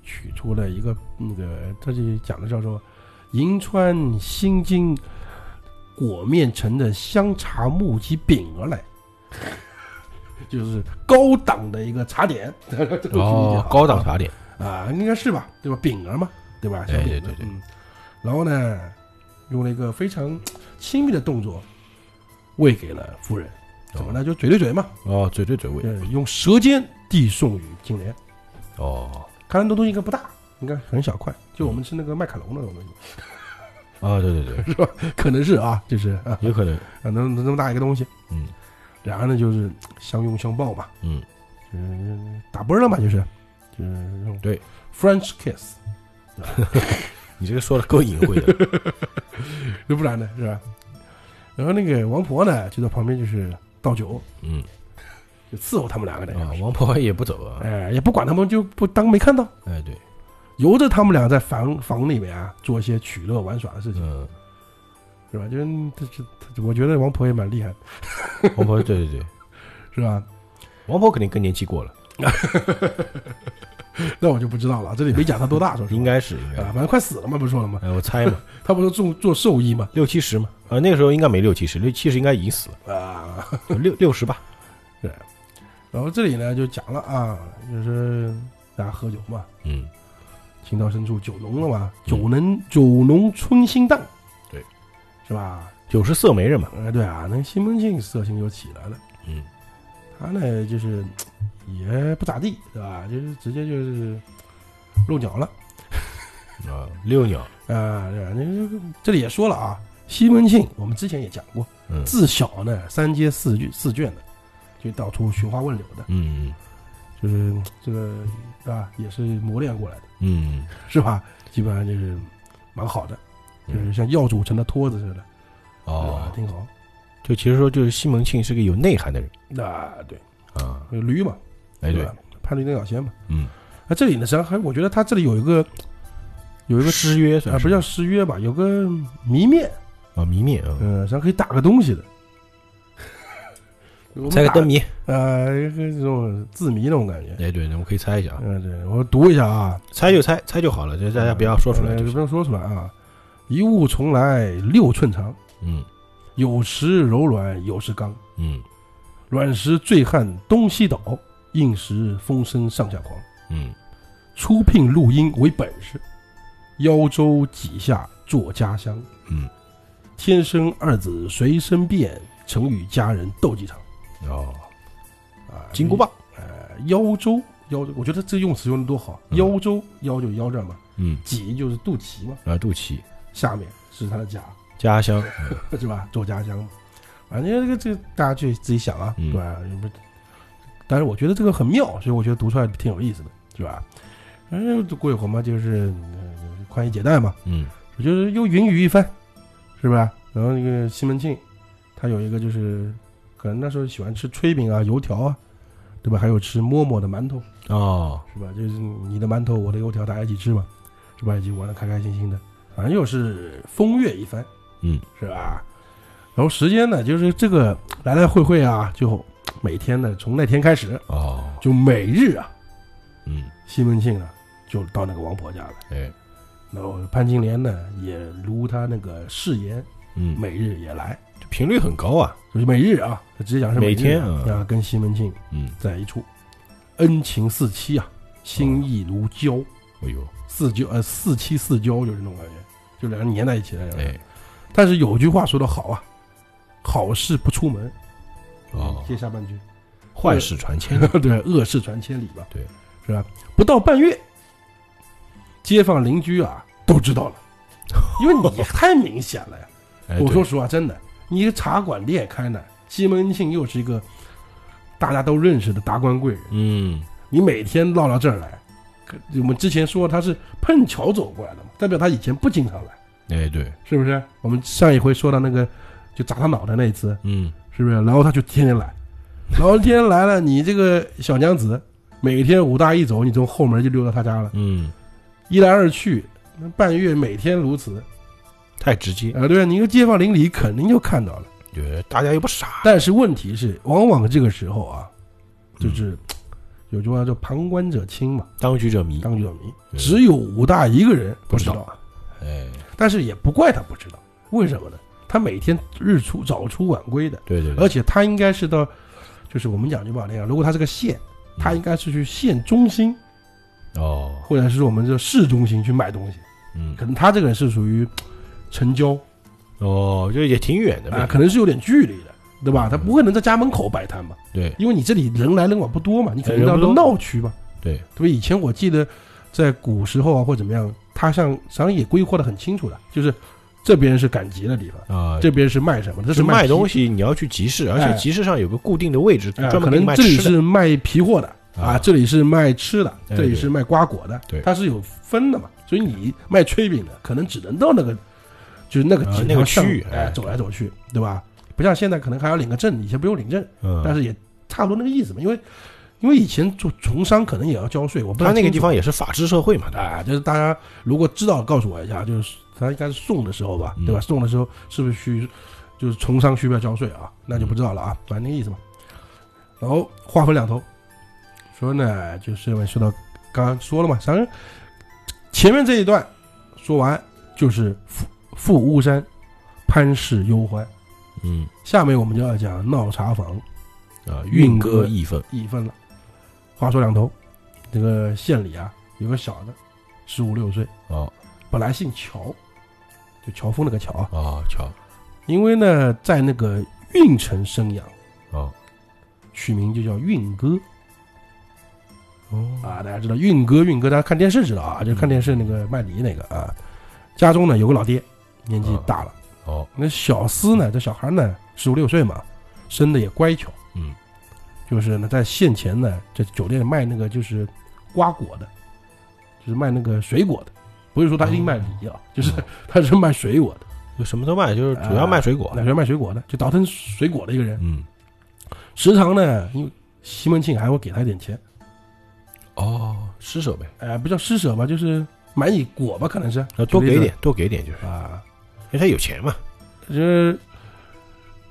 取出了一个那个，他这讲的叫做银川新津裹面城的香茶木鸡饼
<laughs>
儿来。就是高档的一个茶点， <laughs> 这个理解
哦
啊，
高档茶点，
啊，应该是吧，对吧？饼儿嘛，对吧？小
哎
饼
对
儿
对对
嗯。然后呢，用了一个非常亲密的动作，喂给了夫人。怎么呢？就嘴对嘴嘛，
哦，嘴对嘴喂，
对，用舌尖递送与金莲。
哦，
看来这东西应该不大，应该很小块，就我们吃那个麦卡龙那种东西， <laughs>
啊，对对对，
可能是啊，就是啊，
有可能，
那那那么大一个东西，
嗯
然后呢就是相拥相抱嘛，
嗯，
就是打啵儿了嘛，就是就是那种
对
French kiss，
你这个说的够隐晦 <laughs> 的，
要不然呢是吧？然后那个王婆呢就在旁边就是倒酒，
嗯
就伺候他们两个的，
啊，王婆也不走啊，
哎，也不管他们，就不当没看到，
哎对，
由着他们俩在房房里面啊做一些取乐玩耍的事情，
嗯，
是吧？就是这这，这我觉得王婆也蛮厉害的，
王婆对对 <laughs> 对，
是吧？
王婆肯定更年期过了，
那我就不知道了，这里没讲他
<laughs>
多大，说实话
应该是应
啊，
该
反，正快死了嘛，不是说了吗？
哎，我猜嘛，
他不是做做兽医嘛，
六七十嘛，啊，那个时候应该没六七十，六七十应该已经死了，
啊， <laughs>
六六十吧，
然后这里呢就讲了啊，就是大家喝酒嘛，
嗯，
情到深处酒浓了嘛，酒能酒浓春心荡，
对，
是吧？
酒是色媒人嘛，
哎，对啊，那西门庆色性就起来了，
嗯，
他呢就是也不咋地，对吧？就是直接就是露脚了。
啊，六鸟，
啊，对吧？那这里也说了啊，西门庆我们之前也讲过，
嗯
自小呢三接四卷四卷的，就到处寻花问柳的，
嗯
就是这个啊也是磨练过来的，
嗯
是吧？基本上就是蛮好的，
嗯，
就是像药煮成的托子似的，啊
哦，
挺好。
就其实说就是西门庆是个有内涵的人
啊，对，
啊，
驴嘛，
哎对
吧，？潘驴那小仙嘛。
嗯，
那、这里呢，实际上还我觉得他这里有一个有一个
失约算
啊，不叫失约吧，有个谜面，
啊谜面啊，
嗯、实际上可以打个东西的。我们
猜个
打
灯谜，
呃，一个这种字谜那种感觉。
哎对，我们可以猜一下啊，
嗯、对，我读一下啊，
猜就猜，猜就好了，这大家不要说出来
呃
就
不
行。
要说出来啊。一物从来六寸长，
嗯
有时柔软，有时刚，
嗯
软时醉汉东西倒，硬时风声上下狂。
嗯，
初聘录音为本事，腰舟几下作家乡。
嗯，
天生二字随身变，曾与佳人斗几场
哦，
啊。
金箍棒，
呃，腰舟，腰舟，我觉得这用词用的多好。
嗯
腰舟，腰就腰这儿嘛，
嗯
脊就是肚脐嘛，
啊，肚脐，
下面是他
<laughs>
的家，
家乡，
是吧？做家乡嘛，反正这个这个大家去自己想啊，
嗯
对吧？也不但是我觉得这个很妙，所以我觉得读出来挺有意思的，是吧？反正过一会儿嘛，就是呃宽衣解带嘛，
嗯
我觉得又云雨一番，是吧？然后那个西门庆，他有一个就是，可能那时候喜欢吃炊饼啊、油条啊，对吧？还有吃馍馍的馒头，
哦，
是吧？就是你的馒头，我的油条，大家一起吃嘛，是吧？一起玩的开开心心的，反正又是风月一番，
嗯，
是吧？然后时间呢，就是这个来来回回啊，就每天呢，从那天开始，
哦，
就每日啊，
嗯，
西门庆呢就到那个王婆家了，
哎，
然后潘金莲呢也如他那个誓言，
嗯，
每日也来，
频率很高啊，
就是每日啊，直接讲是日
每天啊
啊，跟西门庆
嗯，
在一处，恩情似漆啊，心意如胶。
哎呦，
四交呃四妻四交就是那种感觉，就两人粘在一起了。
哎，
但是有句话说的好啊，好事不出门。
哦，
接下半句，
坏事传千里，
<laughs> 对，恶事传千里吧，
对，
是吧？不到半月，街坊邻居啊都知道了，因为你太明显了呀。
哎，
我
对
说实话，真的，你一个茶馆店开呢，西门庆又是一个大家都认识的达官贵人，
嗯，
你每天唠到这儿来，可我们之前说他是碰巧走过来的嘛，代表他以前不经常来。
哎，对，
是不是？我们上一回说到那个就砸他脑袋那一次，
嗯，
是不是？然后他就天天来，然后天天来了，你这个小娘子，每天武大一走，你从后门就溜到他家了，
嗯，
一来二去，那半月每天如此，
太直接，
啊，对啊，你一个街坊邻里肯定就看到了。
对，大家又不傻，
但是问题是，往往这个时候啊，
嗯
就是、有句话叫旁观者清嘛，
当局者迷，
当局者迷，
嗯对
只有武大一个人不
不
知
知
道
道
啊，
哎，
但是也不怪他不知道，为什么呢？他每天日出早出晚归的。
对对
而
对，
且他应该是到，就是我们讲句不好听啊，如果他是个县，
嗯
他应该是去县中心
哦，
或者是我们这市中心去买东西。
嗯
可，能他这个人是属于城郊
哦，就也挺远的
啊，
呗，
可能是有点距离的，对
嗯
吧？他不可能在家门口摆摊吧，
对
因为你这里人来人往不多嘛，你可能
人
到
不多
闹区嘛，
对，
对吧？以前我记得。在古时候啊或怎么样，它像实际上也规划的很清楚的，就是这边是赶集的地方，
啊，
这边是卖什么的，
就
这
是卖
皮
东，西，你要去集市，而
哎
且集市上有个固定的位置，
哎
专
可
门给你
能
卖
这里
吃的。
是卖皮货的啊，
啊
这里是卖吃的，
哎
这里是卖瓜果的，
对
它是有分的嘛，所以你卖炊饼的，可能只能到那个就是那个
啊
集
那个
团上
区域
哎
哎，
走来走去，对吧？不像现在可能还要领个证，以前不用领证，
嗯，
但是也差不多那个意思嘛，因为因为以前做从商可能也要交税，我不
他
太
那个
清
地
楚
方也是法治社会嘛，对吧？
啊，就是大家如果知道，告诉我一下，就是他应该是送的时候吧，对吧？
嗯
送的时候是不是需就是从商需不需要交税啊？那就不知道了啊，反正那个意思嘛。然后话分两头，说呢，就是我们说到刚刚说了嘛，反正前面这一段说完就是富富巫山潘氏幽欢，
嗯
下面我们就要讲闹茶坊
啊，
运
运
歌
歌义愤，
一分了。话说两头，这个县里啊有个小的，十五六岁。
哦
本来姓乔，就乔峰那个乔啊，
哦，瞧，
因为呢在那个运城生养，
哦
取名就叫运哥
哦
啊。大家知道运哥，运哥，大家看电视知道啊，就看电视那个卖梨那个啊。家中呢有个老爹，年纪大了，
哦，
那小厮呢，这小孩呢十五六岁嘛，生的也乖巧，
嗯，
就是呢在县前呢这酒店卖那个就是瓜果的，就是卖那个水果的，不是说他一定卖梨啊，就是
嗯
<laughs> 他是卖水果的。
就什么都卖，就是主要卖水果
奶。茶卖水果的，就倒腾水果的一个人。
嗯，
时常呢，因为西门庆还会给他一点钱，
哦，施舍呗，
哎、不叫施舍吧，就是买你果吧，可能是
要多给点，多给点就是，
啊。
因为他有钱嘛。
就是，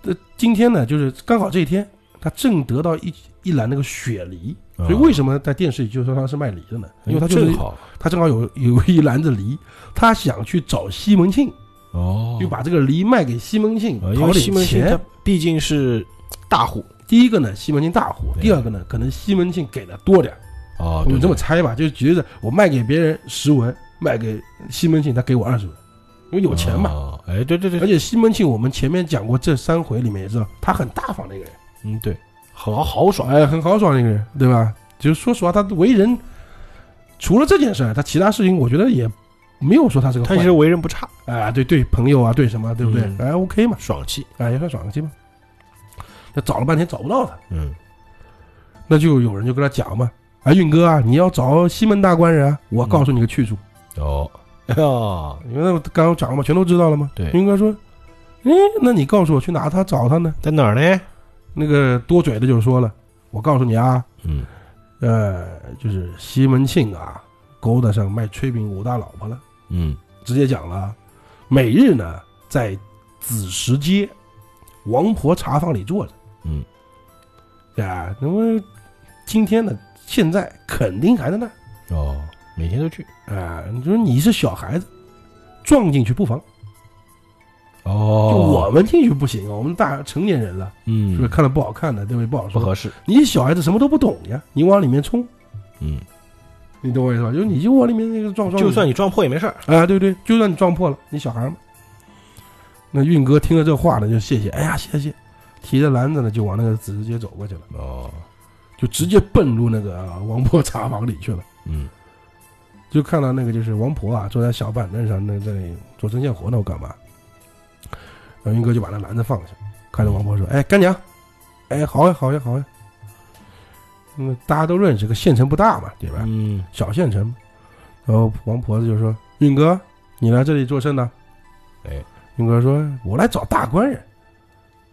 呃，今天呢，就是刚好这一天，他正得到一一篮那个雪梨，
啊
所以为什么在电视里就说他是卖梨的呢？因为他就是
正好
他正好有有一篮子梨，他想去找西门庆，
哦
就把这个梨卖给西门庆，
呃因
讨
为
点
西门庆
钱
他毕竟是大户
第一个呢，西门庆大户；
对
第二个呢，可能西门庆给的多点儿。
哦，
我
对
们这么
对
猜吧，就觉得我卖给别人十文，卖给西门庆他给我二十文，因为有钱嘛。
哦哎，对对
而
对，
且西门庆，我们前面讲过，这三回里面也知道，他很大方的一个人，
嗯对，好豪爽，
哎，很豪爽的一个人，对吧？就是说实话，他为人除了这件事儿，他其他事情我觉得也没有说他是个坏
他其实
人
为人不差，
啊，对对，朋友啊，对什么，对不对？
嗯
哎，OK 嘛，
爽气，
哎，也算爽气嘛。那找了半天找不到他，
嗯
那就有人就跟他讲嘛，啊，运哥啊，你要找西门大官人啊，我告诉你个去处。
<laughs> 哦哦
因为那我刚刚讲了嘛，全都知道了吗？
对
云哥说：“哎，那你告诉我去哪他找他呢
在哪儿呢？？”
那个多嘴的就说了：“我告诉你啊，
嗯
呃，就是西门庆啊，勾搭上卖炊饼武大老婆了，
嗯
直接讲了啊，每日呢在子时街王婆茶坊里坐着，
嗯，
啊，那么今天呢，现在肯定还在那儿
哦，每天都去
啊、你说你是小孩子，撞进去不妨，就
哦，
我们进去不行，啊我们大成年人了。”
嗯
是不是看了不好看的，对不对？不好
不
说。
合适？
你小孩子什么都不懂呀，你往里面冲，
嗯，
你懂我意思吧？就是你就往里面那个撞撞，
就算你撞破也没事儿，
啊，对不对？就算你撞破了，你小孩嘛。那运哥听了这话呢，就谢谢，哎呀，谢谢，提着篮子呢就往那个子直街走过去了，
哦，
就直接奔入那个啊王婆茶坊里去了。
嗯
就看到那个就是王婆啊，坐在小板凳上，那在那里做针线活呢，我干嘛？然后云哥就把那篮子放下，看着王婆说：“哎，干娘，哎，好呀，好呀，好呀。”嗯，大家都认识，个县城不大嘛，对吧？
嗯
小县城。然后王婆子就说：“运哥，你来这里做甚呢？”
哎，
运哥说：“我来找大官人，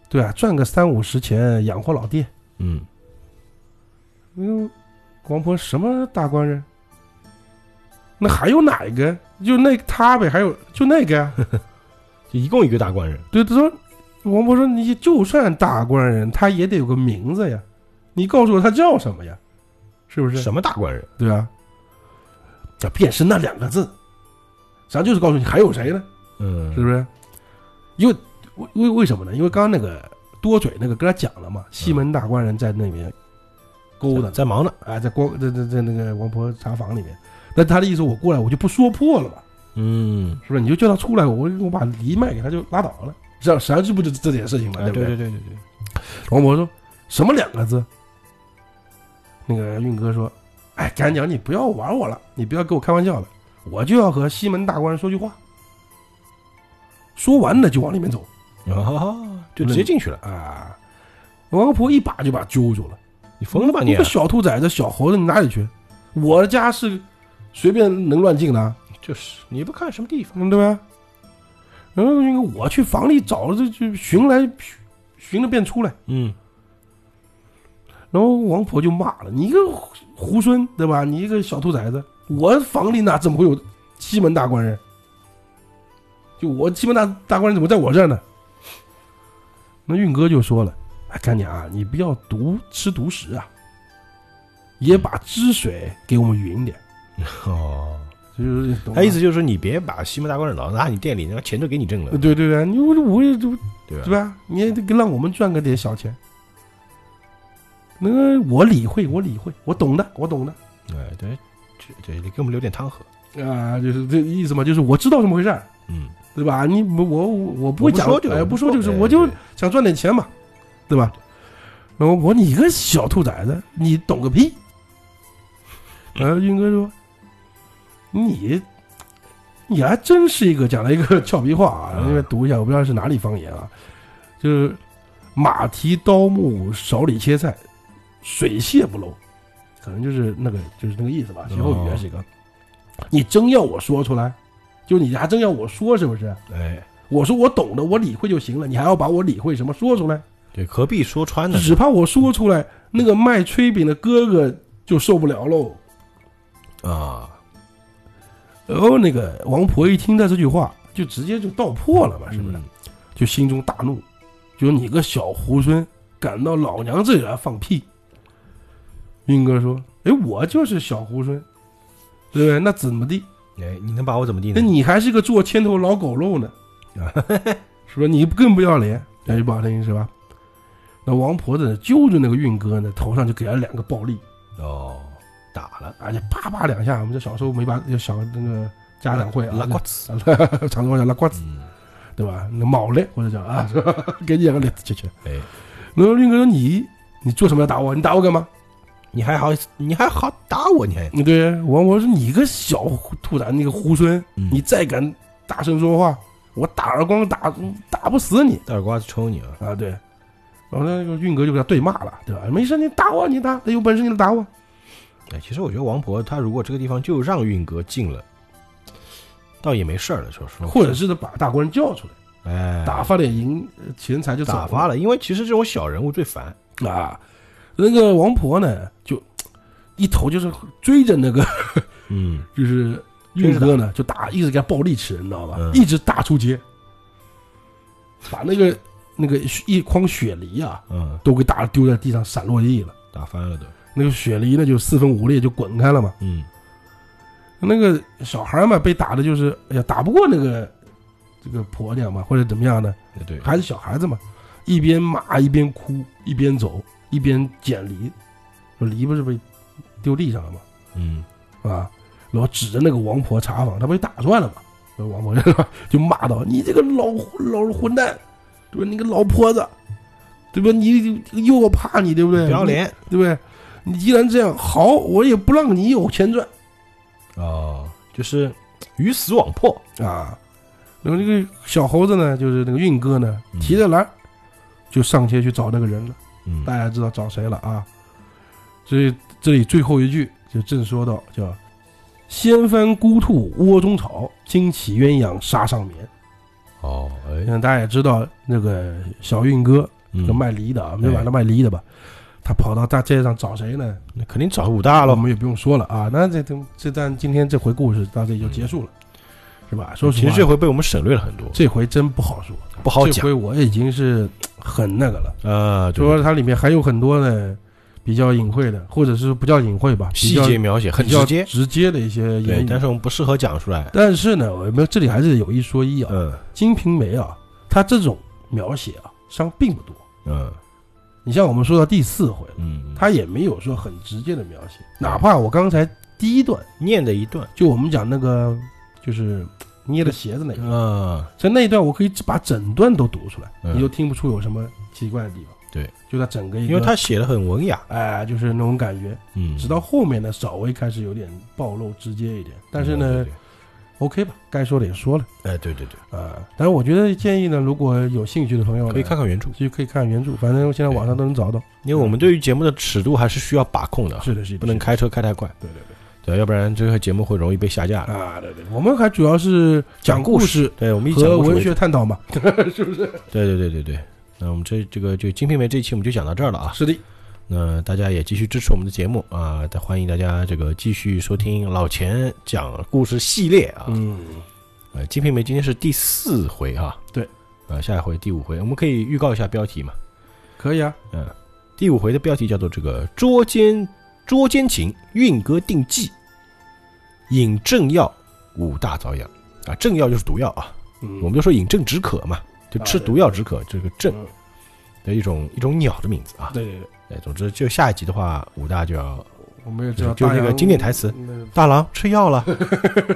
对啊，赚个三五十钱养活老爹。”
嗯
嗯，王婆什么大官人？那还有哪一个？就那他呗，还有就那个呀。 <laughs>
就一共一个大官人，
对，他说，王婆说，你就算大官人，他也得有个名字呀。你告诉我他叫什么呀？是不是？
什么大官人？
对啊，要便是那两个字，咱就是告诉你还有谁呢？
嗯
是不是？因为为为为什么呢？因为刚刚那个多嘴那个跟他讲了嘛，西门大官人在那边勾搭
在在忙呢，
啊，在光在在在那个王婆茶坊里面。那他的意思，我过来我就不说破了嘛，
嗯，
是不是？你就叫他出来，我我把梨卖给他就拉倒了。实际上，实际上这不就是这点事情嘛，
哎
不
对对对对对，
王婆说什么两个字？那个运哥说哎，干娘，你不要玩我了，你不要跟我开玩笑了，我就要和西门大官说句话。说完了就往里面走
哦，就直接进去了，
啊！王婆一把就把揪住了，
你疯了吧
你
你啊
个？小兔崽子、小猴子，你哪里去？我家是随便能乱进的啊，
就是你不看什么地方？
嗯，对吧？然后那个我去房里找，这就寻来寻寻了便出来，
嗯，
然后王婆就骂了：“你一个猢狲，对吧？你一个小兔崽子，我房里哪怎么会有西门大官人？就我西门大大官人怎么在我这儿呢？”那运哥就说了：“哎，干娘啊，你不要独吃独食啊，也把汁水给我们匀点。
哦，”
就是
他意思就是说你别把西门大官人老拿你店里，那钱都给你挣了
呃，对对对，你我我也就
对吧
对吧？你也得让我们赚个点小钱。那个我理会，我理会，我懂的，我懂的。
哎，对，这这你给我们留点汤喝。
啊，就是这意思嘛，就是我知道怎么回事儿，
嗯，
对吧？你我我我不会讲，
我不说就
哎，不说就是，
哎
我就
对
想赚点钱嘛，对吧？然后我你个小兔崽子，你懂个屁！ <laughs> 然后运哥说：“你，你还真是一个讲了一个 <laughs> 俏皮话啊！
嗯
因为读一下，我不知道是哪里方言啊，就是马蹄刀木手里切菜，水泄不漏，可能就是那个就是那个意思吧。歇后语啊，
哦
是一个。你真要我说出来，就你还真要我说是不是？
哎，
我说我懂的，我理会就行了，你还要把我理会什么说出来？
对，何必说穿呢？
只怕我说出来，那个卖炊饼的哥哥就受不了喽。
啊，
然后哦那个王婆一听他这句话，就直接就道破了嘛，是不是？
嗯？
就心中大怒，就你个小猢狲，敢到老娘这里来放屁！运哥说：“哎，我就是小猢狲，对不对？那怎么地？
哎，你能把我怎么地呢
那？你还是个做牵头老狗肉呢，是吧？你更不要脸，那就不好听是吧？”那王婆子揪着那个运哥呢，头上就给了两个暴力，
哦，打了，
而且啪啪两下。我们这小时候没把就小那个家长会啊，
拉瓜子。
子，常说叫拉瓜子，
嗯，
对吧？那卯嘞，或者叫啊，是吧给你两个脸去去。
哎，
然后运哥说：“你你做什么要打我？你打我干嘛
你还好意思，你还好打我，你还？”
嗯对，王婆说：“你个小兔崽，那个猢狲，
嗯
你再敢大声说话，我打耳光打打不死你
大耳瓜子抽你啊！
啊！”对，然后那个运哥就跟他对骂了，对吧？没事，你打我，你打，有本事你就打我。
哎，其实我觉得王婆她如果这个地方就让运哥进了，倒也没事儿了，说实话。
或者是把大官人叫出来，
哦哎，
打发点银呃钱财就走
打
了
发了，因为其实这种小人物最烦。
啊。那个王婆呢，就一头就是追着那个 <laughs>
嗯，
就是运哥呢，就打，一直给他暴力吃，你知道吧？
嗯
一直打出街，把那个那个一筐雪梨啊，
嗯，
都给打丢在地上散落一地了。
打翻了都。
那个雪梨呢，就四分五裂，就滚开了嘛。
嗯，
那个小孩嘛，被打的就是，哎呀，打不过那个这个婆娘嘛，或者怎么样呢？
哎对，
还是小孩子嘛，一边骂一边哭，一边走一边捡梨，说梨不是被丢地上了吗？
嗯，
啊，然后指着那个王婆查访，他不就打出来了吗？然后王婆就就骂道：“你这个老老混蛋，对吧？你个老婆子，对吧？你你又怕你，对不对？
不要，脸
对不对？你既然这样，好，我也不让你有钱赚
哦，就是鱼死网破。
啊。”然后这个小猴子呢，就是那个运哥呢，
嗯
提着篮儿就上街去找那个人了。
嗯
大家知道找谁了啊？所以这里最后一句就正说到叫“掀翻孤兔窝中草，惊起鸳鸯沙上眠
哦，”。哎，
嗯，大家也知道那个小运哥，那
嗯，
卖梨的啊，我们就把他卖梨的吧。他跑到大街上找谁呢？
那肯定找武大
我
了。
们也不用说了啊。那这这这段今天这回故事到这里就结束了，是吧？说
嗯
实
其实
话，
这回被我们省略了很多，
这回真不好说，
不好
这
讲。
回我已经是很那个了。
呃，对
就说它里面还有很多的比较隐晦的，或者是不叫隐晦吧，比
细
较
节描写很
比较
直接，
直接的一些
对
言，语。
但是我们不适合讲出来。
但是呢，我们这里还是有一说一啊，
嗯
金瓶梅》啊，它这种描写啊，伤并不多。
嗯
你像我们说到第四回了，
嗯，
它也没有说很直接的描写，哪怕我刚才第一段
念的一段，
就我们讲那个就是捏的鞋子那个，
嗯
在那一段我可以把整段都读出来，
嗯
你就听不出有什么奇怪的地方。
对，
就他整个一个，
因为他写的很文雅，
哎、就是那种感觉。
嗯，
直到后面呢，稍微开始有点暴露、直接一点，但是呢、
嗯，
o k 吧，该说的也说了
对对哎，对对对，
啊、但是我觉得建议呢，如果有兴趣的朋友呢
可以看，看原著，
就可以看原著，反正现在网上都能找到。
因为我们对于节目的尺度还是需要把控的，
是的，是的，
不能
是的。
开车开太快，
对对对。
对，要不然这个节目会容易被下架的。
啊，对对，我们还主要是讲故事
对，我们以
和
讲故事
文
为主
学探
<laughs>
讨嘛。
对对对对对。那我们这这个就《金瓶梅》这一期我们就讲到这儿了啊。
是的，
那大家也继续支持我们的节目啊，大欢迎大家这个继续收听老钱讲故事系列啊。
嗯，
呃，《金瓶梅》今天是第四回啊。
对。
啊，下一回第五回，我们可以预告一下标题嘛？
可以啊，
嗯，第五回的标题叫做这个“捉奸捉奸情，运歌定计，饮政药五大遭殃”啊，政药就是毒药啊，
嗯，
我们就说饮鸩止渴嘛，就
啊
吃
对
毒药止渴，这个鸩
嗯
的一种一种鸟的名字啊。
对对对，
哎，总之就下一集的话，武大就要
我们也知道
就
大
那个
洋
经典台词
嗯
大郎吃药了，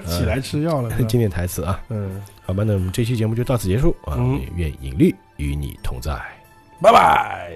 起来吃药了，是吧
经典台词啊。
嗯，
好吧，那我们这期节目就到此结束啊
嗯，
愿引力与你同在。
拜拜。